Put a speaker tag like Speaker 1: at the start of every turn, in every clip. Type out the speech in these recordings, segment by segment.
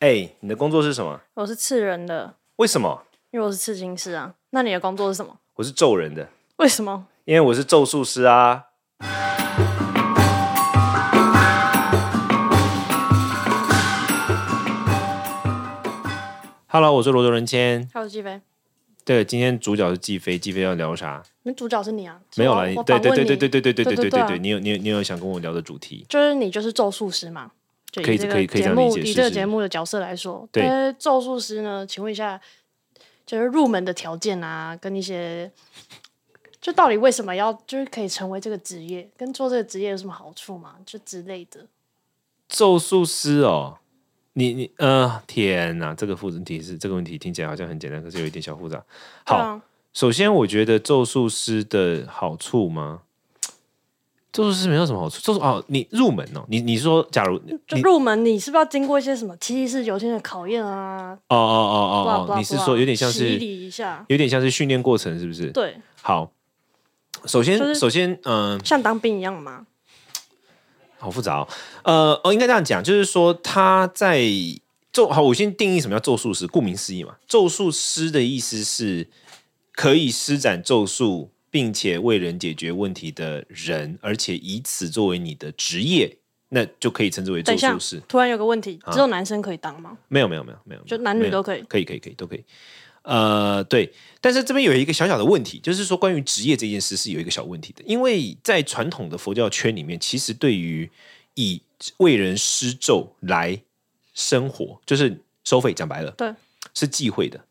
Speaker 1: 哎、你的工作是什么？
Speaker 2: 我是刺人的，
Speaker 1: 为什么？
Speaker 2: 因为我是刺青师啊。那你的工作是什么？
Speaker 1: 我是咒人的，
Speaker 2: 为什么？
Speaker 1: 因为我是咒术师啊。Hello，我是罗卓人谦。
Speaker 2: 还有鸡飞，
Speaker 1: 对，今天主角是季飞，季飞要聊啥？
Speaker 2: 那主角是你啊？
Speaker 1: 没有啦
Speaker 2: 我，我
Speaker 1: 对
Speaker 2: 反
Speaker 1: 对
Speaker 2: 问
Speaker 1: 对
Speaker 2: 你
Speaker 1: 对对对对对
Speaker 2: 对
Speaker 1: 对对
Speaker 2: 对对
Speaker 1: 对，
Speaker 2: 啊
Speaker 1: 你有你有你有想跟我聊的主题？
Speaker 2: 就是你就是咒术师嘛？就以
Speaker 1: 可以
Speaker 2: 这个
Speaker 1: 可以可以这
Speaker 2: 节
Speaker 1: 样理
Speaker 2: 目
Speaker 1: 解
Speaker 2: 以
Speaker 1: 是
Speaker 2: 这个
Speaker 1: 是
Speaker 2: 节目的角色来说，
Speaker 1: 对
Speaker 2: 但是咒术师呢？请问一下，就是入门的条件啊，跟一些。就到底为什么要就是可以成为这个职业，跟做这个职业有什么好处吗？就之类的。
Speaker 1: 咒术师哦，你你呃，天哪，这个复题是这个问题听起来好像很简单，可是有一点小复杂。好，
Speaker 2: 对啊，
Speaker 1: 首先，我觉得咒术师的好处吗？咒术师没有什么好处。咒术哦，你入门哦，你你说，假如你
Speaker 2: 就入门你是不是要经过一些什么七七四九天的考验啊？
Speaker 1: 哦哦
Speaker 2: 不啊
Speaker 1: 哦哦哦，你是说有点像
Speaker 2: 洗
Speaker 1: 是
Speaker 2: 礼一下？
Speaker 1: 有点像是训练过程，是不是？
Speaker 2: 对，
Speaker 1: 好，首先、
Speaker 2: 就是
Speaker 1: 首先，嗯、
Speaker 2: 像当兵一样嘛。
Speaker 1: 好复杂哦。呃，哦，应该这样讲，就是说他在咒好，我先定义什么叫咒术师。顾名思义嘛，咒术师的意思是可以施展咒术，并且为人解决问题的人，而且以此作为你的职业，那就可以称之为
Speaker 2: 等
Speaker 1: 咒
Speaker 2: 一下
Speaker 1: 术师。，
Speaker 2: 突然有个问题，只有男生可以当吗？
Speaker 1: 没有，没有，没有，没有，
Speaker 2: 就
Speaker 1: 啊
Speaker 2: 男
Speaker 1: 没
Speaker 2: 女
Speaker 1: 有
Speaker 2: 都可以？
Speaker 1: 可以，可以，可以，都可以。呃，对，但是这边有一个小小的问题，就是说关于职业这件事是有一个小问题的，因为在传统的佛教圈里面，其实对于以为人施咒来生活，就是收费，讲白了，
Speaker 2: 对，
Speaker 1: 是忌讳的。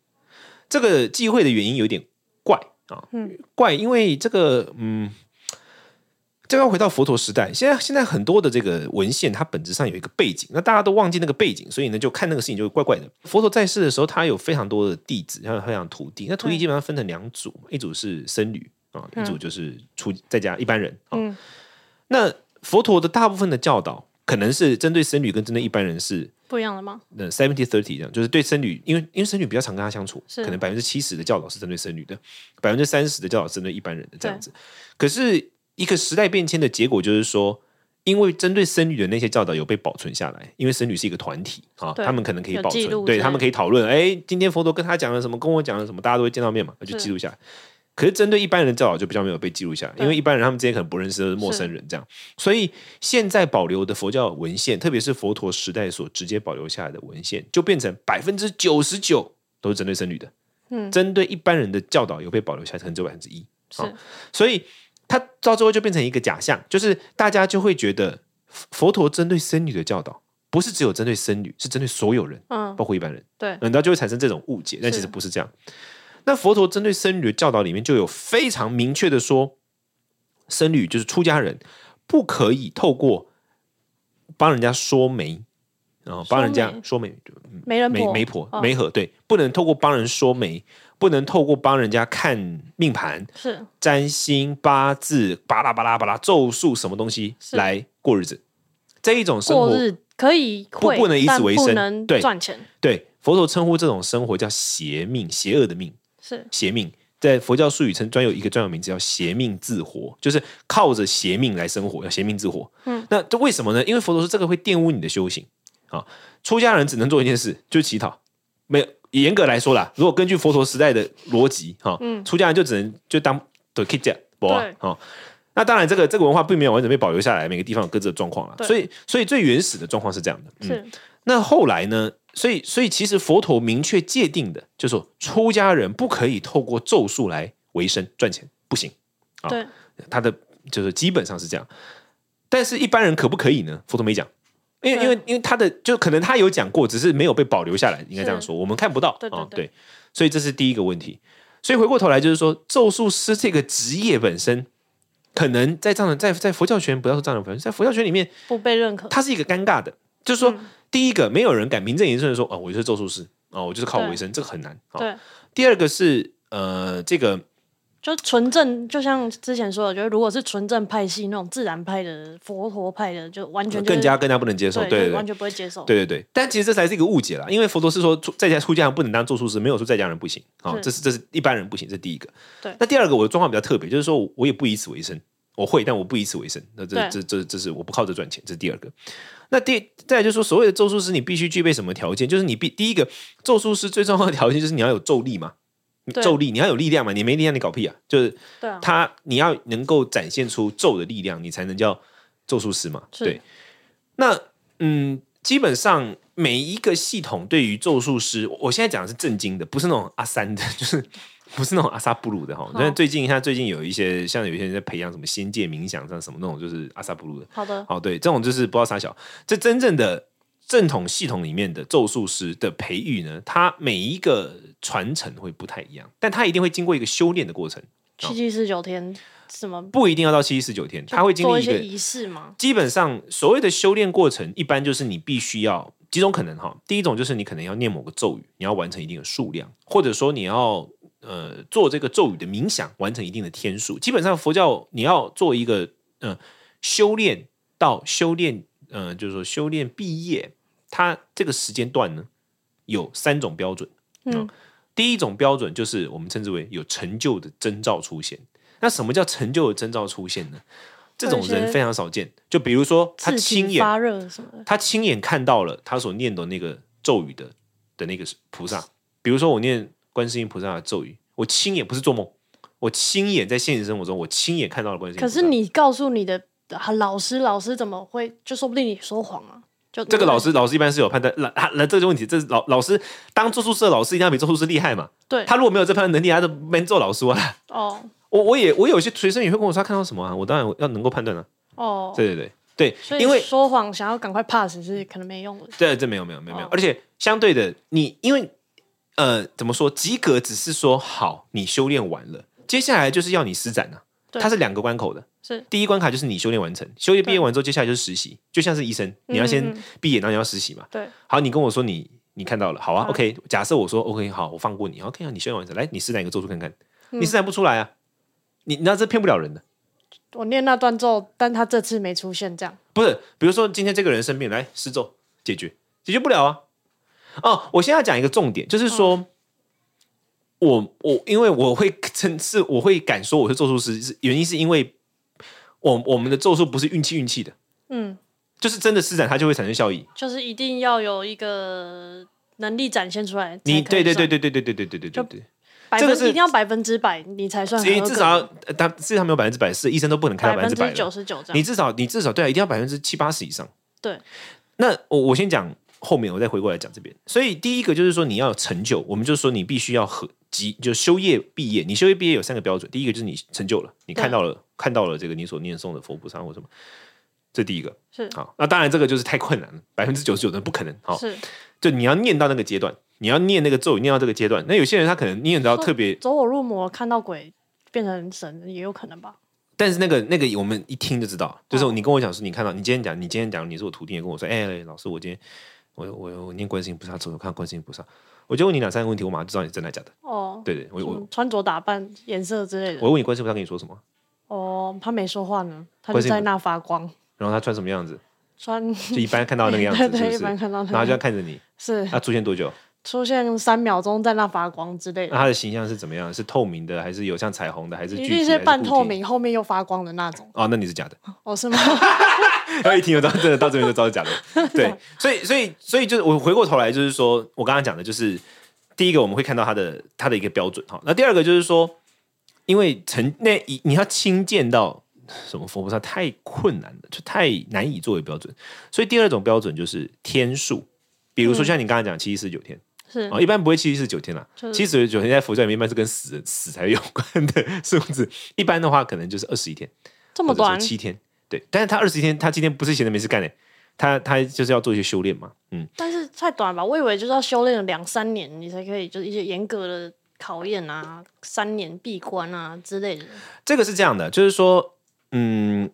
Speaker 1: 这个忌讳的原因有点怪啊，怪，因为这个，嗯，这个要回到佛陀时代，现在现在很多的这个文献，它本质上有一个背景，那大家都忘记那个背景，所以呢，就看那个事情就怪怪的。佛陀在世的时候，他有非常多的弟子，还有非常徒弟，那徒弟
Speaker 2: 嗯
Speaker 1: 基本上分成两组，一组是僧侣啊，一组就是出在家一般人啊。
Speaker 2: 嗯
Speaker 1: 那佛陀的大部分的教导，可能是针对僧侣跟针对一般人是
Speaker 2: 不一样了吗？
Speaker 1: 那 seventy thirty 这样，就是对僧侣，因为因为僧侣比较常跟他相处，
Speaker 2: 是
Speaker 1: 可能百分之七十的教导是针对僧侣的，百分之三十的教导是针对一般人的这样子。可是一个时代变迁的结果就是说，因为针对僧侣的那些教导有被保存下来，因为僧侣是一个团体啊，
Speaker 2: 对
Speaker 1: 他们可能可以
Speaker 2: 有
Speaker 1: 保
Speaker 2: 记
Speaker 1: 存，
Speaker 2: 录
Speaker 1: 对
Speaker 2: 之类
Speaker 1: 他们可以讨论，哎，今天佛陀跟他讲了什么，跟我讲了什么，大家都会见到面嘛，那就是记录下来。可是针对一般人的教导就比较没有被记录下来，
Speaker 2: 对
Speaker 1: 因为一般人他们之间可能不认识，都是陌生人这样。所以现在保留的佛教文献，特别是佛陀时代所直接保留下来的文献，就变成百分之九十九都是针对僧侣的，
Speaker 2: 嗯
Speaker 1: 针对一般人的教导有被保留下来，可能只有百分之一。
Speaker 2: 是
Speaker 1: 好所以它到最后就变成一个假象，就是大家就会觉得佛佛陀针对僧侣的教导，不是只有针对僧侣，是针对所有人，
Speaker 2: 嗯，
Speaker 1: 包括一般人。
Speaker 2: 对，
Speaker 1: 人家就会产生这种误解，但其实
Speaker 2: 是
Speaker 1: 不是这样。那佛陀针对僧侣的教导里面就有非常明确的说，僧侣就是出家人，不可以透过帮人家说媒，然后帮人家说媒
Speaker 2: 媒人
Speaker 1: 媒
Speaker 2: 婆，
Speaker 1: 媒婆
Speaker 2: 哦
Speaker 1: 媒合，对，不能透过帮人说媒，不能透过帮人家看命盘、
Speaker 2: 是
Speaker 1: 占星、八字、巴拉巴拉巴拉、咒术什么东西
Speaker 2: 是
Speaker 1: 来过日子。这一种生活
Speaker 2: 过日可以会，
Speaker 1: 不不能以此
Speaker 2: 但
Speaker 1: 为
Speaker 2: 不
Speaker 1: 生
Speaker 2: 能
Speaker 1: 对
Speaker 2: 赚钱
Speaker 1: 对，佛陀称呼这种生活叫邪命，邪恶的命，
Speaker 2: 是
Speaker 1: 邪命。在佛教术语称专有一个专有名字叫邪命自活，就是靠着邪命来生活，叫邪命自活。
Speaker 2: 嗯，
Speaker 1: 那这为什么呢？因为佛陀说这个会玷污你的修行啊。出家人只能做一件事，就是乞讨。没有严格来说啦，如果根据佛陀时代的逻辑哈，
Speaker 2: 嗯
Speaker 1: 出家人就只能就当对 k i d 不啊
Speaker 2: 对
Speaker 1: 哦。那当然，这个这个文化并没有完整被保留下来，每个地方有各自的状况啦。
Speaker 2: 对
Speaker 1: 所以，所以最原始的状况是这样的。嗯、
Speaker 2: 是
Speaker 1: 那后来呢？所以，所以其实佛陀明确界定的，就是说出家人不可以透过咒术来维生赚钱，不行。好
Speaker 2: 对
Speaker 1: 他的就是基本上是这样。但是，一般人可不可以呢？佛陀没讲，因为因为因为他的就可能他有讲过，只是没有被保留下来，应该这样说，我们看不到。
Speaker 2: 对对
Speaker 1: 哦
Speaker 2: 对
Speaker 1: 对，所以这是第一个问题。所以回过头来，就是说咒术师这个职业本身，可能在藏传在在佛教圈，不要说藏传佛教圈，在佛教圈里面，
Speaker 2: 不被认可，
Speaker 1: 它是一个尴尬的，就是
Speaker 2: 嗯
Speaker 1: 说，第一个没有人敢名正言顺的说，哦，我就是咒术师，哦，我就是靠
Speaker 2: 对
Speaker 1: 为生，这个很难。哦、
Speaker 2: 对，
Speaker 1: 第二个是呃，这个
Speaker 2: 就纯正，就像之前说的，就是如果是纯正派系那种自然派的、佛陀派的，就完全就是
Speaker 1: 更加更加不能接受，
Speaker 2: 对，
Speaker 1: 对
Speaker 2: 就
Speaker 1: 对
Speaker 2: 完全不会接受，
Speaker 1: 对对对。但其实这才是一个误解啦，因为佛陀是说出在家出家人不能当咒术师，没有说在家人不行啊、哦
Speaker 2: 是，
Speaker 1: 这是这是一般人不行，这是第一个。
Speaker 2: 对
Speaker 1: 那第二个我的状况比较特别，就是说我我也不以此为生，我会，但我不以此为生，那这
Speaker 2: 对
Speaker 1: 这这这是我不靠这赚钱，这是第二个。那第再来就是说，所谓的咒术师，你必须具备什么条件？就是你必第一个咒术师最重要的条件就是你要有咒力嘛，你
Speaker 2: 对
Speaker 1: 咒力你要有力量嘛，你没力量你搞屁啊！就是
Speaker 2: 对啊，
Speaker 1: 他你要能够展现出咒的力量，你才能叫咒术师嘛。
Speaker 2: 是
Speaker 1: 对，那嗯，基本上每一个系统对于咒术师，我现在讲的是正经的，不是那种阿三的， 就是不是那种阿萨布鲁的哈。但最近他最近有一些像有一些人在培养什么仙界冥想像什么那种，就是阿萨布鲁的。
Speaker 2: 好的，
Speaker 1: 哦，对，这种就是不知道啥小。这真正的正统系统里面的咒术师的培育呢，它每一个传承会不太一样，但它一定会经过一个修炼的过程，
Speaker 2: 七七四九天什么？
Speaker 1: 不一定要到七十九天，它会经
Speaker 2: 做
Speaker 1: 历
Speaker 2: 一
Speaker 1: 一
Speaker 2: 些
Speaker 1: 个
Speaker 2: 仪式嘛？
Speaker 1: 基本上所谓的修炼过程，一般就是你必须要几种可能哈。第一种就是你可能要念某个咒语，你要完成一定的数量，或者说你要呃做这个咒语的冥想，完成一定的天数。基本上佛教你要做一个呃修炼到修炼呃就是说修炼毕业，它这个时间段呢有三种标准。啊
Speaker 2: 嗯，
Speaker 1: 第一种标准就是我们称之为有成就的征兆出现。那什么叫成就的征兆出现呢？这种
Speaker 2: 有一
Speaker 1: 人
Speaker 2: 些
Speaker 1: 非常少见。就比如说他
Speaker 2: 自
Speaker 1: 亲
Speaker 2: 己
Speaker 1: 眼
Speaker 2: 发热什么的，
Speaker 1: 他亲眼看到了他所念的那个咒语的的那个菩萨，比如说我念观世音菩萨的咒语，我亲眼不是做梦，我亲眼在现实生活中我亲眼看到了观世音菩
Speaker 2: 可
Speaker 1: 萨。
Speaker 2: 是你告诉你的啊老师，老师怎么会？就说不定你说谎啊。就
Speaker 1: 这个老师，老师一般是有判断，那那这个问题，这是老老师当咒术师的老师一定要比咒术师厉害嘛？
Speaker 2: 对
Speaker 1: 他如果没有这判断能力，他就没做老师啊。
Speaker 2: 哦
Speaker 1: 我我也我有些学生也会跟我说他看到什么啊，我当然要能够判断啊。
Speaker 2: 哦，
Speaker 1: 对对对
Speaker 2: 所
Speaker 1: 对，
Speaker 2: 以
Speaker 1: 因为
Speaker 2: 说谎想要赶快 pass 是可能没用的。
Speaker 1: 这这没有没有没有没有，
Speaker 2: 哦
Speaker 1: 而且相对的，你因为呃怎么说，及格只是说好你修炼完了，接下来就是要你施展啊，
Speaker 2: 对
Speaker 1: 它是两个关口的。
Speaker 2: 是
Speaker 1: 第一关卡就是你修炼完成，修炼毕业完之后，接下来就是实习，就像是医生，你要
Speaker 2: 嗯
Speaker 1: 先
Speaker 2: 嗯
Speaker 1: 毕业，然后你要实习嘛。
Speaker 2: 对，
Speaker 1: 好，你跟我说你你看到了，好啊
Speaker 2: 好
Speaker 1: o k 假设我说 OK，好，我放过你，OK 啊，你修炼完成，来你施展一个咒术看看，
Speaker 2: 嗯
Speaker 1: 你施展不出来啊，你你知道这骗不了人的。
Speaker 2: 我念那段咒，但他这次没出现，这样
Speaker 1: 不是，比如说今天这个人生病，来施咒解决，解决不了啊。哦，我现在要讲一个重点，就是说，我我因为我会真是我会敢说我是咒术师，是原因是因为我我们的咒术不是运气运气的，
Speaker 2: 嗯，
Speaker 1: 就是真的施展它就会产生效益。
Speaker 2: 就是一定要有一个能力展现出来。
Speaker 1: 你
Speaker 2: 才可
Speaker 1: 对
Speaker 2: 以
Speaker 1: 对对
Speaker 2: 算，
Speaker 1: 对对对对对对对对对，
Speaker 2: 百
Speaker 1: 这
Speaker 2: 分
Speaker 1: 个是
Speaker 2: 一定要百分之百，你才算
Speaker 1: 因为
Speaker 2: 合
Speaker 1: 至
Speaker 2: 格
Speaker 1: 少要呃他至少没有百分之百是医生都不能开到
Speaker 2: 百
Speaker 1: 百分
Speaker 2: 分
Speaker 1: 之百
Speaker 2: 之
Speaker 1: 的
Speaker 2: 九十九这
Speaker 1: 你
Speaker 2: 样。
Speaker 1: 至少你至少对啊，一定要百分之七八十以上。
Speaker 2: 对，
Speaker 1: 那我我先讲后面，我再回过来讲这边。所以第一个就是说你要有成就，我们就说你必须要和及就修业毕业。你修业毕业有三个标准，第一个就是你成就了，你看到了看到了这个你所念诵的佛菩萨或什么，这第一个
Speaker 2: 是
Speaker 1: 好。那当然这个就是太困难了，百分之九十九的不可能。好，
Speaker 2: 是
Speaker 1: 就你要念到那个阶段，你要念那个咒语念到这个阶段。那有些人他可能念到特别，
Speaker 2: 走火入魔，看到鬼变成神也有可能吧？
Speaker 1: 但是那个那个我们一听就知道，就
Speaker 2: 嗯
Speaker 1: 是你跟我讲说你看到，你今天讲你今天讲你是我徒弟，你跟我说，哎、老师我今天。我我我念观世音菩萨咒，我看观世音菩萨，我就问你两三个问题，我马上就知道你真的假的。
Speaker 2: 哦，
Speaker 1: 对对，我
Speaker 2: 什
Speaker 1: 我
Speaker 2: 么穿着打扮、颜色之类的。
Speaker 1: 我问你观世音菩萨跟你说什么，
Speaker 2: 哦，他没说话呢，他就
Speaker 1: 关键
Speaker 2: 在那发光，
Speaker 1: 然后他穿什么样子，
Speaker 2: 穿
Speaker 1: 就一般看到那个 样子，是
Speaker 2: 对
Speaker 1: 不
Speaker 2: 对，
Speaker 1: 是？
Speaker 2: 一般看到
Speaker 1: 然后
Speaker 2: 他
Speaker 1: 就要看着你，
Speaker 2: 是
Speaker 1: 他出现多久？
Speaker 2: 出现三秒钟在那发光之类
Speaker 1: 那
Speaker 2: 的，
Speaker 1: 他的形象是怎么样？是透明的，还是有像彩虹的，啊还是
Speaker 2: 一
Speaker 1: 具
Speaker 2: 定
Speaker 1: 体
Speaker 2: 是
Speaker 1: 还是
Speaker 2: 半
Speaker 1: 固
Speaker 2: 透
Speaker 1: 体？
Speaker 2: 明后面又发光的那种。
Speaker 1: 哦，那你是假的。
Speaker 2: 哦，是吗？
Speaker 1: 然后一听就知道，真的到这边就知道是假的。对，所以所以所以就是我回过头来，就是说我刚刚讲的，就是第一个我们会看到他的他的一个标准哈，那第二个就是说，因为成那一你要亲见到什么佛菩萨太困难了，就太难以作为标准，所以第二种标准就是天数。比如说，像你刚刚讲七十九天
Speaker 2: 是
Speaker 1: 啊、哦一般不会七十九天啦
Speaker 2: 就。是
Speaker 1: 七十九天在佛教里面一般是跟死死才有关的 数字，一般的话可能就是二十一天。
Speaker 2: 这
Speaker 1: 或
Speaker 2: 么
Speaker 1: 者说
Speaker 2: 短，
Speaker 1: 七天，对。但是他二十一天，他今天不是闲着没事干的，他他就是要做一些修炼嘛，嗯，
Speaker 2: 但是太短吧？我以为就是要修炼了两三年，你才可以就是一些严格的考验啊，三年闭关啊之类的。
Speaker 1: 这个是这样的，就是说，嗯，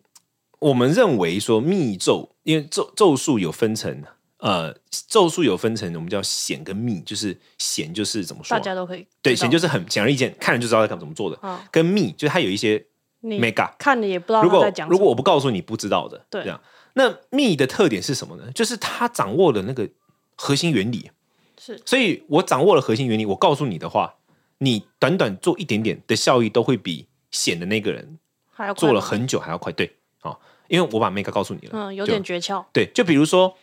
Speaker 1: 我们认为说密咒，因为咒咒术有分成，呃，咒术有分成，我们叫显跟密，就是显就是怎么说
Speaker 2: 大
Speaker 1: 啊、
Speaker 2: 家都可以
Speaker 1: 对，
Speaker 2: 知道
Speaker 1: 显就是很显而易见，看了就知道他干怎么做的，
Speaker 2: 啊，
Speaker 1: 跟密就是它有一些
Speaker 2: 你
Speaker 1: mega，
Speaker 2: 看了也不知道
Speaker 1: 如
Speaker 2: 他
Speaker 1: 果
Speaker 2: 在讲什么。
Speaker 1: 如果我不告诉你不知道的，
Speaker 2: 对
Speaker 1: 这样。那密的特点是什么呢？就是它掌握了那个核心原理，
Speaker 2: 是
Speaker 1: 所以我掌握了核心原理，我告诉你的话，你短短做一点点的效益都会比显的那个人
Speaker 2: 还要快
Speaker 1: 做了
Speaker 2: 吗
Speaker 1: 很久还要快。对，哦，因为我把 mega 告诉你了。
Speaker 2: 嗯，有
Speaker 1: 对吧
Speaker 2: 点诀窍，
Speaker 1: 对，就比如说，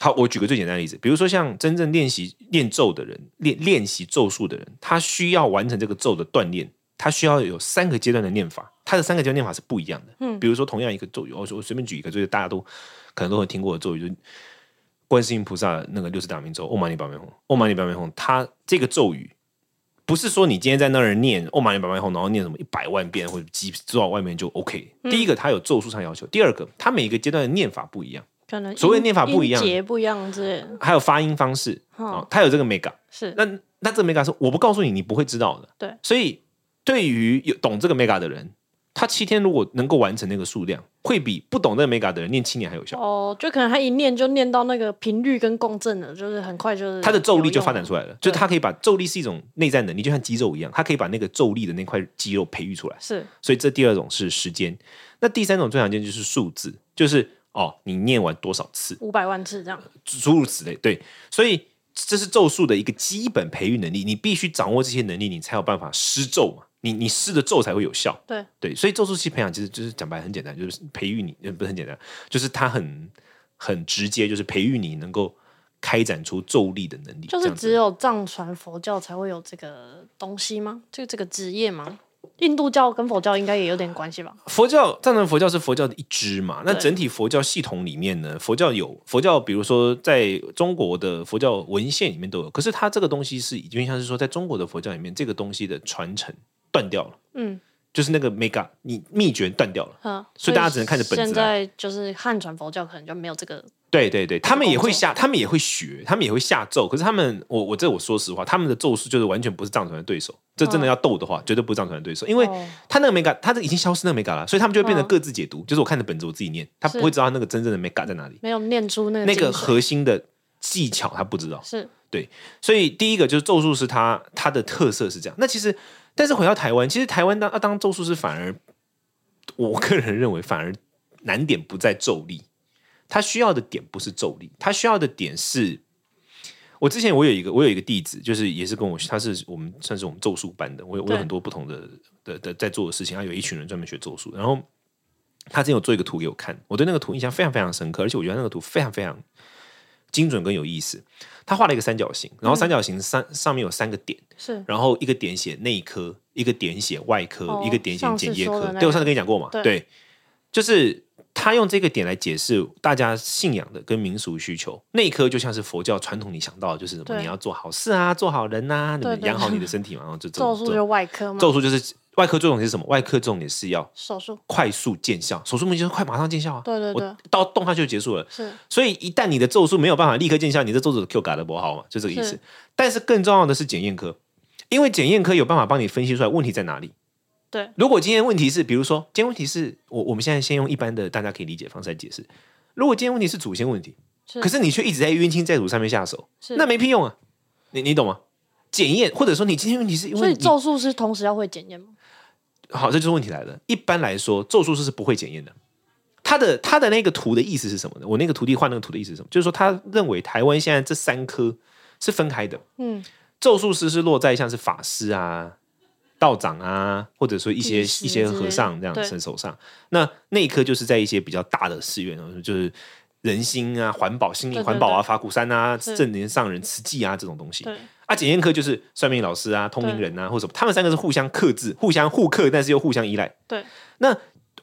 Speaker 1: 好，我举个最简单的例子，比如说像真正练习练咒的人，练练习咒术的人，他需要完成这个咒的锻炼，他需要有三个阶段的念法，他的三个阶段念法是不一样的。嗯，比如说同样一个咒语，我我随便举一个，就是大家都可能都会听过的咒语，就是观世音菩萨那个六十大明咒“唵嘛呢叭咪吽”，“唵嘛呢叭咪吽”，它这个咒语。不是说你今天在那儿念“唵嘛呢叭咪吽”，然后念什么一百万遍或者几多少万遍就 OK。第一个，它有咒术上要求；第二个，它每一个阶段的念法不一样。
Speaker 2: 可能
Speaker 1: 所谓
Speaker 2: 音
Speaker 1: 念法不一样
Speaker 2: 音节不一样之类的，
Speaker 1: 还有发音方式
Speaker 2: 哦
Speaker 1: 哦，它有这个 mega。
Speaker 2: 是
Speaker 1: 那那这个 mega 是我不告诉你，你不会知道的。
Speaker 2: 对，
Speaker 1: 所以对于有懂这个 mega 的人，他七天如果能够完成那个数量，会比不懂那个 mega 的人念七年还有效。
Speaker 2: 哦，就可能他一念就念到那个频率跟共振了，就是很快就是
Speaker 1: 他的咒力
Speaker 2: 有用
Speaker 1: 就发展出来了，
Speaker 2: 对
Speaker 1: 就是他可以把咒力是一种内在能力，就像肌肉一样，他可以把那个咒力的那块肌肉培育出来。
Speaker 2: 是
Speaker 1: 所以这第二种是时间，那第三种最常见就是数字，就是哦，你念完多少次，
Speaker 2: 五百万次这样，
Speaker 1: 诸如此类。对，所以这是咒术的一个基本培育能力，你必须掌握这些能力，你才有办法施咒嘛。你你施的咒才会有效。
Speaker 2: 对
Speaker 1: 对，所以咒术系培养其实就是讲白了很简单，就是培育你，呃，不是很简单，就是它很很直接，就是培育你能够开展出咒力的能力。
Speaker 2: 就
Speaker 1: 这
Speaker 2: 是
Speaker 1: 样子
Speaker 2: 只有藏传佛教才会有这个东西吗？就这个职业吗？印度教跟佛教应该也有点关系吧？
Speaker 1: 佛教藏传佛教是佛教的一支嘛？那
Speaker 2: 对
Speaker 1: 整体佛教系统里面呢，佛教有佛教，比如说在中国的佛教文献里面都有，可是它这个东西是已经像是说，在中国的佛教里面，这个东西的传承断掉了，
Speaker 2: 嗯
Speaker 1: 就是那个 mega 你秘诀断掉了。
Speaker 2: 嗯，
Speaker 1: 所以大家只能看着本子来啊
Speaker 2: 现在就是汉传佛教可能就没有这个
Speaker 1: 对对对，他们也
Speaker 2: 工作
Speaker 1: 会下，他们也会学，他们也会下咒，可是他们，我我这我说实话，他们的咒术就是完全不是藏传的对手。这真的要斗的话，绝对不是藏传的对手，因为
Speaker 2: 嗯哦
Speaker 1: 他那个 mega，他这已经消失那个 mega 了，所以他们就会变得
Speaker 2: 嗯
Speaker 1: 各自解读，就是我看着本子我自己念，他
Speaker 2: 是
Speaker 1: 不会知道那个真正的 mega 在哪里。
Speaker 2: 没有念出那个
Speaker 1: 那个
Speaker 2: 精髓
Speaker 1: 核心的技巧他不知道，
Speaker 2: 是
Speaker 1: 所以第一个就是咒术师他他的特色是这样。那其实，但是回到台湾，其实台湾当要啊当咒术师反而，我个人认为反而难点不在咒力，他需要的点不是咒力，他需要的点是。我之前我有一个我有一个弟子，就是也是跟我，他是我们算是我们咒术班的，我有我
Speaker 2: 对
Speaker 1: 有很多不同的的的在做的事情，他有一群人专门学咒术，然后他之前有做一个图给我看，我对那个图印象非常非常深刻，而且我觉得那个图非常非常精准跟有意思。他画了一个三角形，然后
Speaker 2: 嗯
Speaker 1: 三角形三、上面有三个点，
Speaker 2: 是
Speaker 1: 然后一个点写内科，一个点写外科，
Speaker 2: 哦
Speaker 1: 一个点写检验
Speaker 2: 上次说
Speaker 1: 科
Speaker 2: 的那。个
Speaker 1: 对我上次跟你讲过嘛？
Speaker 2: 对
Speaker 1: 就是他用这个点来解释大家信仰的跟民俗需求。内科就像是佛教传统你想到的就是什么，
Speaker 2: 对
Speaker 1: 你要做好事啊，做好人呐、你
Speaker 2: 对
Speaker 1: 们
Speaker 2: 对
Speaker 1: 养好你的身体嘛，然后就这
Speaker 2: 咒
Speaker 1: 种这
Speaker 2: 术就是
Speaker 1: 种
Speaker 2: 外科嘛，
Speaker 1: 咒术就是外科重点是什么？外科重点是要
Speaker 2: 手术
Speaker 1: 快速见效，手术目的就是快马上见效啊。
Speaker 2: 对对对
Speaker 1: 我到动它就结束了。
Speaker 2: 是
Speaker 1: 所以一旦你的咒术没有办法立刻见效，你这咒术的 Q 嘎的不好嘛，就这个意思
Speaker 2: 是。
Speaker 1: 但是更重要的是检验科，因为检验科有办法帮你分析出来问题在哪里。
Speaker 2: 对，
Speaker 1: 如果今天问题是，比如说今天问题是我我们现在先用一般的大家可以理解的方式来解释。如果今天问题是祖先问题，
Speaker 2: 是
Speaker 1: 可是你却一直在冤亲债主上面下手，
Speaker 2: 是
Speaker 1: 那没屁用啊！你你懂吗？检验或者说你今天问题是因
Speaker 2: 所
Speaker 1: 为
Speaker 2: 以
Speaker 1: 你
Speaker 2: 咒术师同时要会检验吗？
Speaker 1: 好，这就是问题来了。一般来说，咒术师是不会检验的。他的他的那个图的意思是什么呢？我那个徒弟画那个图的意思是什么？就是说，他认为台湾现在这三科是分开的。
Speaker 2: 嗯，
Speaker 1: 咒术师是落在像是法师啊、道长啊，或者说一些
Speaker 2: 律师
Speaker 1: 一些和尚这样
Speaker 2: 之类的
Speaker 1: 子手上。那那一科就是在一些比较大的寺院，就是人心啊、环保、心
Speaker 2: 对
Speaker 1: 灵
Speaker 2: 对
Speaker 1: 环保啊、
Speaker 2: 对
Speaker 1: 法鼓山啊、
Speaker 2: 是
Speaker 1: 正年上人、慈济啊这种东西。
Speaker 2: 对，
Speaker 1: 啊，检验科就是算命老师啊、通灵人啊，或什么，他们三个是互相克制、互相互克，但是又互相依赖。
Speaker 2: 对，
Speaker 1: 那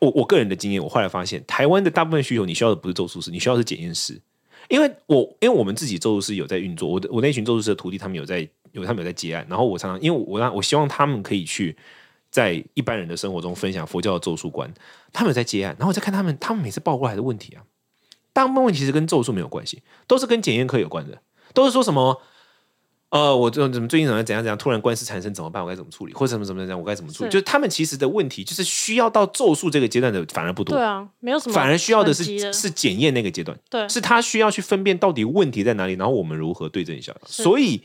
Speaker 1: 我我个人的经验，我后来发现，台湾的大部分需求，你需要的不是咒术师，你需要的是检验师。因为我因为我们自己咒术师有在运作，我的我那群咒术师的徒弟他们有在有他们有在接案，然后我常常因为我让我希望他们可以去在一般人的生活中分享佛教的咒术观，他们有在接案，然后我在看他们他们每次报过来的问题啊，大部分问题其实跟咒术没有关系，都是跟检验科有关的，都是说什么。呃，我这怎么最近怎么样怎样怎样，突然官司缠身怎么办？我该怎么处理？或者怎么怎么怎么样，我该怎么处理？
Speaker 2: 是
Speaker 1: 就是他们其实的问题，就是需要到咒术这个阶段的反而不多
Speaker 2: 对，啊，没有什么
Speaker 1: 反而需要的
Speaker 2: 等级
Speaker 1: 是是检验那个阶段。
Speaker 2: 对
Speaker 1: 是他需要去分辨到底问题在哪里，然后我们如何对症下药。
Speaker 2: 是
Speaker 1: 所以，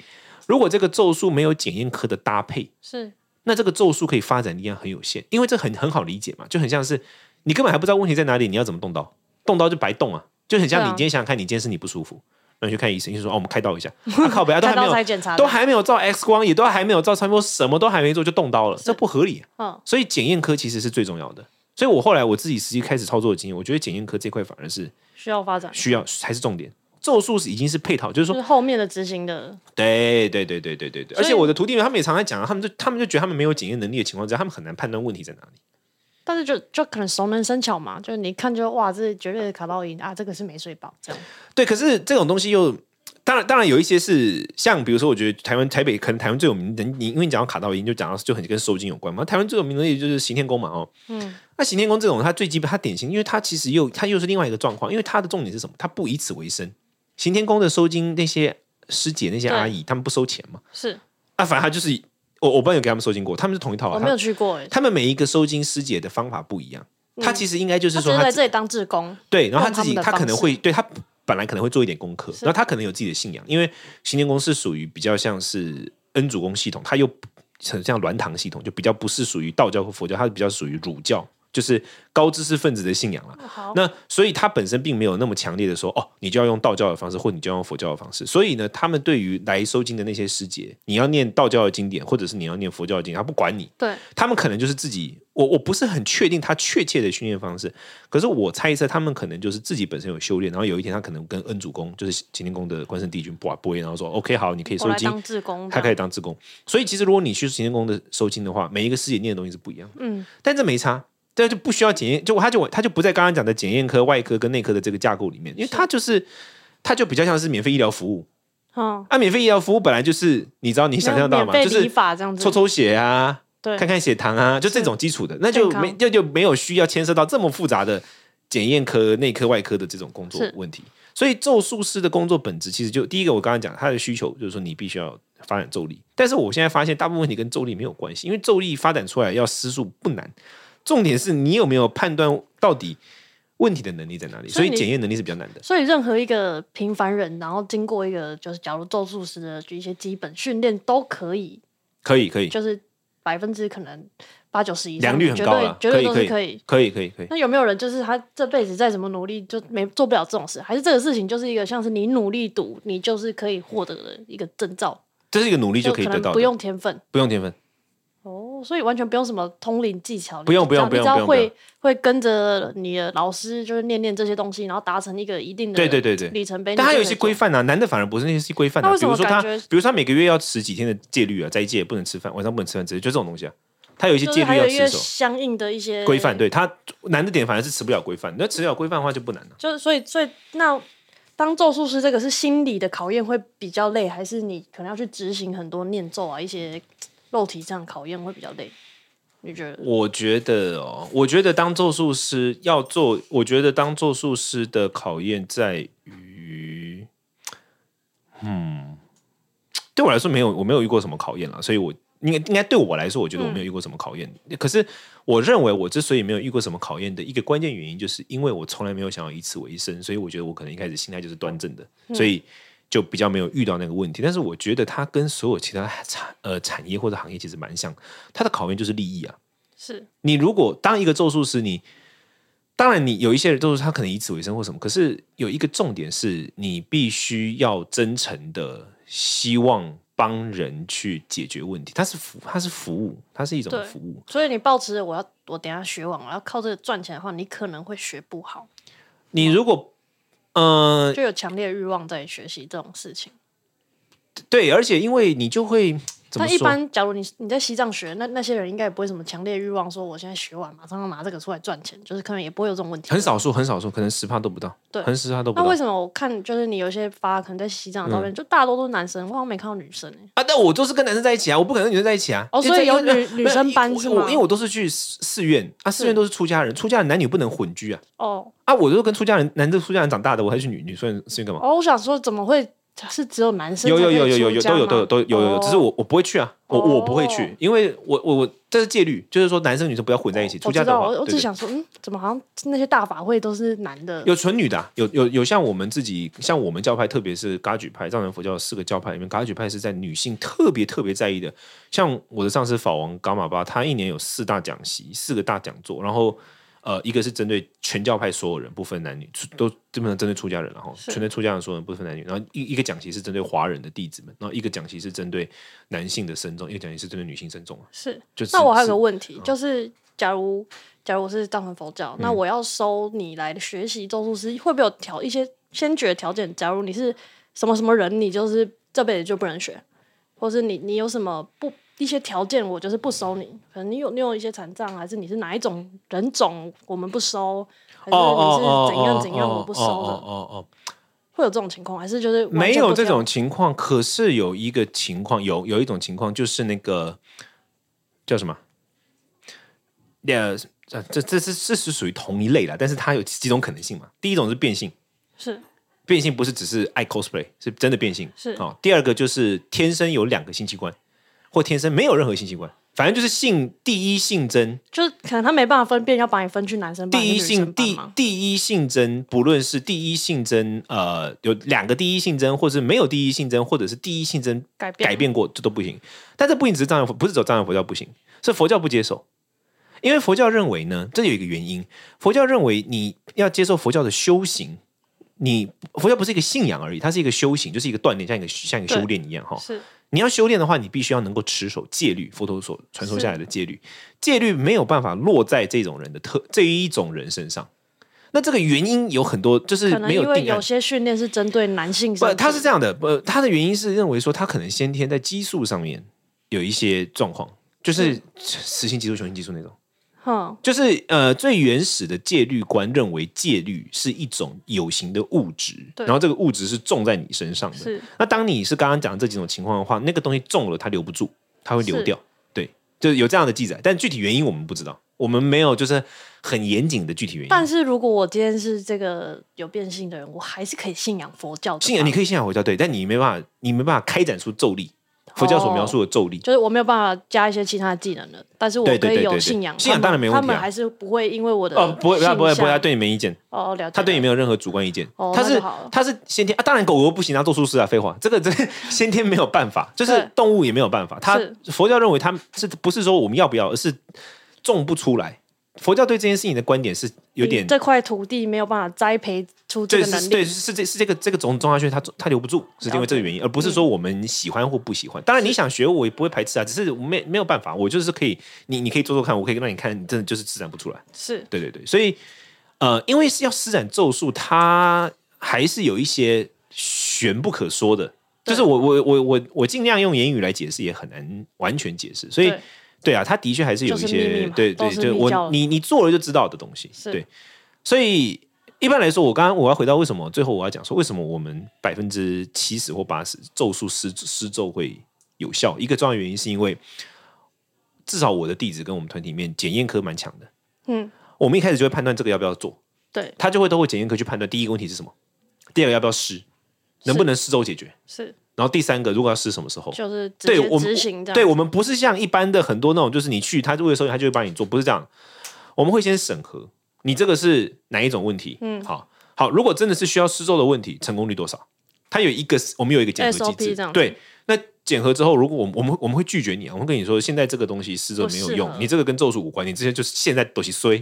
Speaker 1: 如果这个咒术没有检验科的搭配，
Speaker 2: 是
Speaker 1: 那这个咒术可以发展力量很有限，因为这很很好理解嘛，就很像是你根本还不知道问题在哪里，你要怎么动刀，动刀就白动啊，就很像
Speaker 2: 对
Speaker 1: 你
Speaker 2: 啊
Speaker 1: 今天想想看，你今天身体不舒服，那你去看医生，医生说哦，我们开刀一下， 啊、靠北啊，都还
Speaker 2: 看
Speaker 1: 没
Speaker 2: 到才
Speaker 1: 有，
Speaker 2: 检查的
Speaker 1: 都还没有照 X 光，也都还没有照超音波，什么都还没做就动刀了，这不合理啊、
Speaker 2: 嗯
Speaker 1: 所以检验科其实是最重要的。所以我后来我自己实际开始操作的经验，我觉得检验科这块反而是
Speaker 2: 需要发展，
Speaker 1: 需要才是重点。咒术是已经是配套，就是
Speaker 2: 就
Speaker 1: 说
Speaker 2: 是，后面的执行的，
Speaker 1: 对对对对对对对，
Speaker 2: 所以
Speaker 1: 而且我的徒弟们他们也常在讲啊，他们就他们就觉得他们没有检验能力的情况之下，他们很难判断问题在哪里。
Speaker 2: 但是就就可能熟能生巧嘛，就是你一看就哇，这是绝对的卡到音啊，这个是没睡饱这样。
Speaker 1: 对，可是这种东西又，当然，当然有一些是像，比如说，我觉得台湾台北可能台湾最有名的，你因为你讲到卡道音，就讲到就很跟收金有关嘛。台湾最有名的也就是行天宫嘛，哦，
Speaker 2: 嗯，
Speaker 1: 那行天宫这种，它最基本，它典型，因为它其实又它又是另外一个状况，因为它的重点是什么？它不以此为生。行天宫的收金那些师姐那些
Speaker 2: 对
Speaker 1: 阿姨，他们不收钱嘛？
Speaker 2: 是
Speaker 1: 啊，反正他就是我我朋友给他们收金过，他们是同一套啊。
Speaker 2: 我
Speaker 1: 他
Speaker 2: 没有去过哎、
Speaker 1: 他们每一个收金师姐的方法不一样，他其实应该就是
Speaker 2: 嗯他
Speaker 1: 说
Speaker 2: 只是
Speaker 1: 他
Speaker 2: 来
Speaker 1: 自
Speaker 2: 这里当志工，
Speaker 1: 对，然后
Speaker 2: 用
Speaker 1: 他
Speaker 2: 他
Speaker 1: 自己
Speaker 2: 们的
Speaker 1: 他可
Speaker 2: 方
Speaker 1: 能
Speaker 2: 式
Speaker 1: 会对他本来可能会做一点功课，
Speaker 2: 是
Speaker 1: 然后他可能有自己的信仰，因为行天宫是属于比较像是恩主公系统，它又很像鸾堂系统，就比较不是属于道教或佛教，它比较属于儒教，就是高知识分子的信仰啦。
Speaker 2: 好，
Speaker 1: 那所以他本身并没有那么强烈的说，哦，你就要用道教的方式，或你就要用佛教的方式。所以呢，他们对于来收经的那些师姐，你要念道教的经典，或者是你要念佛教的经典，他不管你，
Speaker 2: 对，
Speaker 1: 他们可能就是自己，我我不是很确定他确切的训练方式，可是我猜测他们可能就是自己本身有修炼，然后有一天他可能跟恩主公，就是擎天宫的关圣帝君卜卜，然后说 OK 好，你可以
Speaker 2: 我
Speaker 1: 收
Speaker 2: 来
Speaker 1: 经，
Speaker 2: 当志工这
Speaker 1: 他
Speaker 2: 样，
Speaker 1: 可以当志工。所以其实如果你去擎天宫的收经的话，每一个师姐念的东西是不一样的，
Speaker 2: 嗯，
Speaker 1: 但这没差。这就不需要检验，就他就他就不在刚刚讲的检验科、外科跟内科的这个架构里面，因为他就是他就比较像是免费医疗服务。
Speaker 2: 嗯，
Speaker 1: 啊，免费医疗服务本来就是你知道你想象到吗？
Speaker 2: 没有
Speaker 1: 就
Speaker 2: 免费理
Speaker 1: 是
Speaker 2: 法这样子，
Speaker 1: 抽抽血啊，
Speaker 2: 对
Speaker 1: 看，看血糖啊，就这种基础的，那就
Speaker 2: 健康
Speaker 1: 没那就没有需要牵涉到这么复杂的检验科、内科、外科的这种工作
Speaker 2: 是
Speaker 1: 问题。所以咒术师的工作本质其实就第一个，我刚刚讲他的需求就是说你必须要发展咒力，但是我现在发现大部分问题跟咒力没有关系，因为咒力发展出来要施术不难，重点是你有没有判断到底问题的能力在哪里，所
Speaker 2: 所以
Speaker 1: 以
Speaker 2: 你
Speaker 1: 检验能力是比较难的。
Speaker 2: 所以任何一个平凡人，然后经过一个就是假如咒术师的一些基本训练都可以，
Speaker 1: 可以，可以，
Speaker 2: 就是百分之可能八九十以上，
Speaker 1: 良率很高了，
Speaker 2: 绝对绝对都
Speaker 1: 可
Speaker 2: 是
Speaker 1: 以，可
Speaker 2: 可
Speaker 1: 以可
Speaker 2: 以，。
Speaker 1: 以，可以，可以。
Speaker 2: 那有没有人就是他这辈子再怎么努力就没做不了这种事？还是这个事情就是一个像是你努力读，你就是可以获得的一个征兆，
Speaker 1: 这是一个努力就可以得
Speaker 2: 能
Speaker 1: 到的，
Speaker 2: 不用天分
Speaker 1: 不用天分，
Speaker 2: 哦，所以完全不用什么通灵技巧，
Speaker 1: 不用不用
Speaker 2: 你只
Speaker 1: 不
Speaker 2: 要
Speaker 1: 用不用
Speaker 2: 你只要会会跟着你的老师就是念念这些东西，然后达成一个一定的
Speaker 1: 对对对对
Speaker 2: 里程碑。
Speaker 1: 但他
Speaker 2: 你
Speaker 1: 有
Speaker 2: 就
Speaker 1: 一
Speaker 2: 可以
Speaker 1: 些
Speaker 2: 做
Speaker 1: 规范啊，男的反而不是那些规范
Speaker 2: 那
Speaker 1: 啊，
Speaker 2: 为
Speaker 1: 比
Speaker 2: 什么
Speaker 1: 如说他，
Speaker 2: 感觉
Speaker 1: 比如说他每个月要十几天的戒律啊，斋戒不能吃饭，晚上不能吃饭之类，就这种东西啊，他有一些
Speaker 2: 就
Speaker 1: 戒
Speaker 2: 是
Speaker 1: 律
Speaker 2: 还
Speaker 1: 要
Speaker 2: 有一
Speaker 1: 持
Speaker 2: 些
Speaker 1: 守
Speaker 2: 相应的一些
Speaker 1: 规范，，对他难的点反而是吃不了规范，那吃了规范的话就不难了、
Speaker 2: 就是所以所以那当咒术师这个是心理的考验会比较累，还是你可能要去执行很多念咒啊一些肉体上考验会比较累？你觉得？
Speaker 1: 我觉得哦，我觉得当咒术师要做，我觉得当咒术师的考验在于，嗯，对我来说没有，我没有遇过什么考验了，所以我应该应该对我来说，我觉得我没有遇过什么考验。可是我认为我之所以没有遇过什么考验的一个关键原因，就是因为我从来没有想要以此为生，所以我觉得我可能一开始心态就是端正的，所以就比较没有遇到那个问题。但是我觉得它跟所有其他产呃产业或者行业其实蛮像，它的考验就是利益啊。
Speaker 2: 是
Speaker 1: 你如果当一个咒术师，你当然你有一些人咒术师他可能以此为生或什么，可是有一个重点是你必须要真诚的希望帮人去解决问题，它是服，它是服务，它是一种
Speaker 2: 对
Speaker 1: 服务。
Speaker 2: 所以你抱持着我要我等一下学完，我要靠这个赚钱的话，你可能会学不好，
Speaker 1: 你如果呃，
Speaker 2: 就有强烈的欲望在学习这种事情。
Speaker 1: 对，而且因为你就会怎么
Speaker 2: 但一
Speaker 1: 说？
Speaker 2: 般，假如你你在西藏学，那那些人应该也不会什么强烈欲望，说我现在学完马上要拿这个出来赚钱，就是可能也不会有这种问题。
Speaker 1: 很少数，很少数，可能十趴都不到，
Speaker 2: 对
Speaker 1: 很十趴都不嗯
Speaker 2: 那
Speaker 1: 到
Speaker 2: 为什么我看就是你有一些发可能在西藏的照片，就大多都是男生，我好像没看到女生哎、
Speaker 1: 啊！但我都是跟男生在一起啊，我不可能跟女生在一起啊。
Speaker 2: 哦
Speaker 1: 因为
Speaker 2: 所以
Speaker 1: 在
Speaker 2: 有女
Speaker 1: 没
Speaker 2: 女生班
Speaker 1: 因为
Speaker 2: 是
Speaker 1: 我
Speaker 2: 吗
Speaker 1: 因为我都是去寺寺院啊，寺院都是出家人，出家人男女不能混居啊。
Speaker 2: 哦
Speaker 1: 啊，我就跟出家人男的出家人长大的，我还去女女生是干嘛？
Speaker 2: 哦，我想说怎么会是只有男生
Speaker 1: 有
Speaker 2: 才
Speaker 1: 有
Speaker 2: 可以
Speaker 1: 有有有
Speaker 2: 出
Speaker 1: 有
Speaker 2: 家
Speaker 1: 都有
Speaker 2: 吗
Speaker 1: 都有都有有有，
Speaker 2: 哦
Speaker 1: 只是我我不会去啊，我我不会去
Speaker 2: 哦，
Speaker 1: 因为我我我这是戒律，就是说男生女生不要混在一起，出
Speaker 2: 我
Speaker 1: 家
Speaker 2: 知
Speaker 1: 的
Speaker 2: 道，
Speaker 1: 话，
Speaker 2: 哦我我
Speaker 1: 对
Speaker 2: 只
Speaker 1: 对
Speaker 2: 想说，嗯，怎么好像那些大法会都是男的？
Speaker 1: 有纯女的啊、有有有像我们自己，像我们教派，特别是噶举派、藏传佛教四个教派里面，噶举派是在女性特别特别在意的。像我的上司法王噶玛巴，他一年有四大讲席，四个大讲座，然后呃，一个是针对全教派所有人，不分男女，出都基本上针对出家人，然后
Speaker 2: 是
Speaker 1: 针对出家人所有人不分男女，然后一一个讲席是针对华人的弟子们，然后一个讲席是针对男性的僧众，一个讲席是针对女性僧众啊，
Speaker 2: 是
Speaker 1: 就。是嗯
Speaker 2: 那我还有个问题，就是假如假如我是藏传佛教，那我要收你来学习咒术师，会不会有条一些先决条件？假如你是什么什么人，你就是这辈子就不能学，或是你你有什么不一些条件，我就是不收你。可能你有你有一些残障，还是你是哪一种人种，我们不收，还是你是怎样怎样，我不收
Speaker 1: 哦
Speaker 2: 的，
Speaker 1: 哦哦，
Speaker 2: 会有这种情况，还是就是完全
Speaker 1: 没有
Speaker 2: 不
Speaker 1: 这
Speaker 2: 挑
Speaker 1: 种情况，可是有一个情况，有有一种情况就是那个叫什么？呃，这这这是这是属于同一类啦，但是它有几种可能性嘛。第一种是变性，
Speaker 2: 是
Speaker 1: 变性不是只是爱 cosplay，是真的变性。
Speaker 2: 是
Speaker 1: 哦。第二个就是天生有两个性器官，或天生没有任何性器官，反正就是性第一性征
Speaker 2: 就是可能他没办法分辨，要把你分去男生班
Speaker 1: 第一
Speaker 2: 跟女生
Speaker 1: 性
Speaker 2: 班
Speaker 1: 第
Speaker 2: 嘛
Speaker 1: 第一性征，不论是第一性征，呃，有两个第一性征，或是没有第一性征，或者是第一性征
Speaker 2: 改变
Speaker 1: 改变过，这都不行。但这不仅只是藏传佛，不是走藏传佛教不行，是佛教不接受。因为佛教认为呢，这有一个原因，佛教认为你要接受佛教的修行，你佛教不是一个信仰而已，它是一个修行，就是一个锻炼，像一个像一个
Speaker 2: 对
Speaker 1: 修炼一样哈。
Speaker 2: 是
Speaker 1: 你要修炼的话，你必须要能够持守戒律，佛陀所传授下来的戒律。戒律没有办法落在这种人的特这一种人身上。那这个原因有很多，就是
Speaker 2: 可能
Speaker 1: 没
Speaker 2: 因为
Speaker 1: 定
Speaker 2: 有
Speaker 1: 案。
Speaker 2: 些训练是针对男性身体，
Speaker 1: 不，他是这样的，不，他的原因是认为说他可能先天在激素上面有一些状况，
Speaker 2: 嗯
Speaker 1: 就是雌性激素、雄性激素那种。
Speaker 2: 哼，
Speaker 1: 就是呃，最原始的戒律观认为戒律是一种有形的物质，
Speaker 2: 对
Speaker 1: 然后这个物质是种在你身上的。
Speaker 2: 是
Speaker 1: 那当你是刚刚讲的这几种情况的话，那个东西中了它留不住，它会流
Speaker 2: 是
Speaker 1: 掉。对，就是有这样的记载，但具体原因我们不知道，我们没有就是很严谨的具体原因。
Speaker 2: 但是如果我今天是这个有变性的人，我还是可以信仰佛教的吧。
Speaker 1: 信仰你可以信仰佛教，对，但你没办法，你没办法开展出咒力，佛教所描述的咒力。
Speaker 2: 就是我没有办法加一些其他的技能了，但是我
Speaker 1: 对对
Speaker 2: 可以
Speaker 1: 对
Speaker 2: 有
Speaker 1: 对
Speaker 2: 信
Speaker 1: 对
Speaker 2: 仰。
Speaker 1: 信仰当然没问题啊
Speaker 2: 他们还是不会因为我的
Speaker 1: 哦，不会，不
Speaker 2: 性
Speaker 1: 会，不会，不会，
Speaker 2: 向
Speaker 1: 他对你没意见，
Speaker 2: 哦，了解。
Speaker 1: 他对你
Speaker 2: 了
Speaker 1: 没有任何主观意见。
Speaker 2: 哦
Speaker 1: 他
Speaker 2: 那
Speaker 1: 是
Speaker 2: 就好了
Speaker 1: 他是先天啊，当然狗狗不行啊，做术师啊，废话，这个这个 先天没有办法，就是
Speaker 2: 对
Speaker 1: 动物也没有办法。他
Speaker 2: 是
Speaker 1: 佛教认为他是不是说我们要不要，而是种不出来。佛教对这件事情的观点是有
Speaker 2: 你
Speaker 1: 点
Speaker 2: 这块土地没有办法栽培出这
Speaker 1: 对
Speaker 2: 个
Speaker 1: 是
Speaker 2: 能
Speaker 1: 对
Speaker 2: 力，
Speaker 1: 是是这是这个这个种种下去，它它留不住，是因为这个原因，而不是说
Speaker 2: 嗯
Speaker 1: 我们喜欢或不喜欢。当然你想学，我也不会排斥啊，只是没没有办法，我就是可以，你你可以做做看，我可以让你看，你真的就是施展不出来。
Speaker 2: 是
Speaker 1: 对对对，所以呃，因为是要施展咒术，它还是有一些玄不可说的。
Speaker 2: 对
Speaker 1: 就是我我我我我尽量用言语来解释，也很难完全解释，所以
Speaker 2: 对
Speaker 1: 对啊，他的确还是有一
Speaker 2: 就是秘密
Speaker 1: 些
Speaker 2: 嘛
Speaker 1: 对
Speaker 2: 都
Speaker 1: 对
Speaker 2: 是
Speaker 1: 对，
Speaker 2: 密教
Speaker 1: 我
Speaker 2: 的
Speaker 1: 你你做了就知道的东西，
Speaker 2: 是
Speaker 1: 对，所以一般来说，我刚刚我要回到为什么最后我要讲说为什么我们百分之七十或八十咒术施施咒会有效，一个重要原因是因为至少我的弟子跟我们团体里面检验科蛮强的，
Speaker 2: 嗯，
Speaker 1: 我们一开始就会判断这个要不要做，
Speaker 2: 对
Speaker 1: 他就会都会检验科去判断第一个问题是什么，第二个要不要施，能不能施咒解决，
Speaker 2: 是
Speaker 1: 然后第三个如果要施什么时候，
Speaker 2: 就是
Speaker 1: 哦
Speaker 2: 直
Speaker 1: 对
Speaker 2: 接
Speaker 1: 我们
Speaker 2: 执行这样。
Speaker 1: 对我们不是像一般的很多那种，就是你去他为了收钱，他就会帮你做，不是这样。我们会先审核你这个是哪一种问题，嗯，好好，如果真的是需要施咒的问题，成功率多少？它有一个我们有一个检核机
Speaker 2: SOP
Speaker 1: 制
Speaker 2: 这样，子
Speaker 1: 对。那检核之后，如果我们我们我们会拒绝你啊，我们会跟你说，现在这个东西施咒没有
Speaker 2: 不适
Speaker 1: 用
Speaker 2: 合，
Speaker 1: 你这个跟咒术无关，你这些就是现在东西 衰，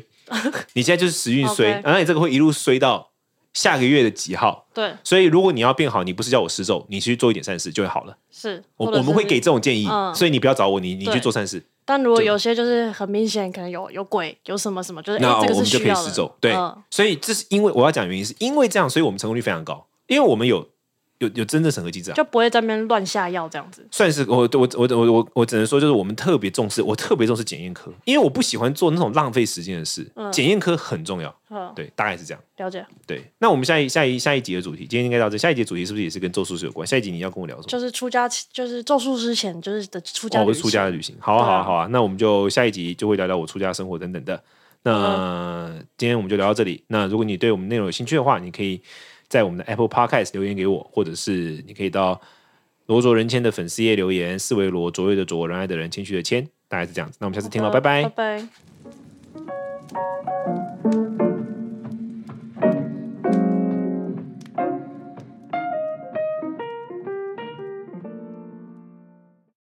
Speaker 1: 你现在就是时运衰，
Speaker 2: OK
Speaker 1: 然后你这个会一路衰到下个月的几号。
Speaker 2: 对
Speaker 1: 所以如果你要变好，你不是叫我施咒，你去做一点善事就会好了。
Speaker 2: 是，
Speaker 1: 我
Speaker 2: 或者
Speaker 1: 我们会
Speaker 2: 是
Speaker 1: 给这种建议，
Speaker 2: 嗯
Speaker 1: 所以你不要找我，你你
Speaker 2: 对
Speaker 1: 去做善事，
Speaker 2: 但如果
Speaker 1: 就
Speaker 2: 有些就是很明显，可能有有鬼，有什么什么，就是哎、
Speaker 1: 那
Speaker 2: 这
Speaker 1: 我
Speaker 2: 个
Speaker 1: 们就
Speaker 2: 是
Speaker 1: 可以
Speaker 2: 需要
Speaker 1: 施
Speaker 2: 的。
Speaker 1: 咒。对，
Speaker 2: 嗯
Speaker 1: 所以这是因为我要讲的原因，是因为这样，所以我们成功率非常高，因为我们有有有真正审核机制啊。
Speaker 2: 就不会在那边乱下药这样子。
Speaker 1: 算是我我我我我我只能说，就是我们特别重视，我特别重视检验科，因为我不喜欢做那种浪费时间的事。检验科很重要，
Speaker 2: 嗯，
Speaker 1: 对，大概是这样。
Speaker 2: 了解，
Speaker 1: 对，那我们下一下一下一集的主题，今天应该到这。下一集的主题是不是也是跟咒术师有关？下一集你要跟我聊什么？
Speaker 2: 就是出家前，就是咒术之前，就是的出家
Speaker 1: 哦，
Speaker 2: 旅
Speaker 1: 我
Speaker 2: 行、
Speaker 1: 是出家的旅行。好啊，
Speaker 2: 对
Speaker 1: 好
Speaker 2: 啊
Speaker 1: 啊，好啊。那我们就下一集就会聊聊我出家生活等等的。那
Speaker 2: 嗯
Speaker 1: 今天我们就聊到这里。那如果你对我们内容有兴趣的话，你可以在我们的 Apple Podcast 留言给我，或者是你可以到罗卓人谦的粉丝页留言，四维罗卓越的卓，仁爱的人，谦虚的谦，大概是这样子。那我们下次
Speaker 2: 好的，
Speaker 1: 听了，拜拜
Speaker 2: 嗯拜。拜。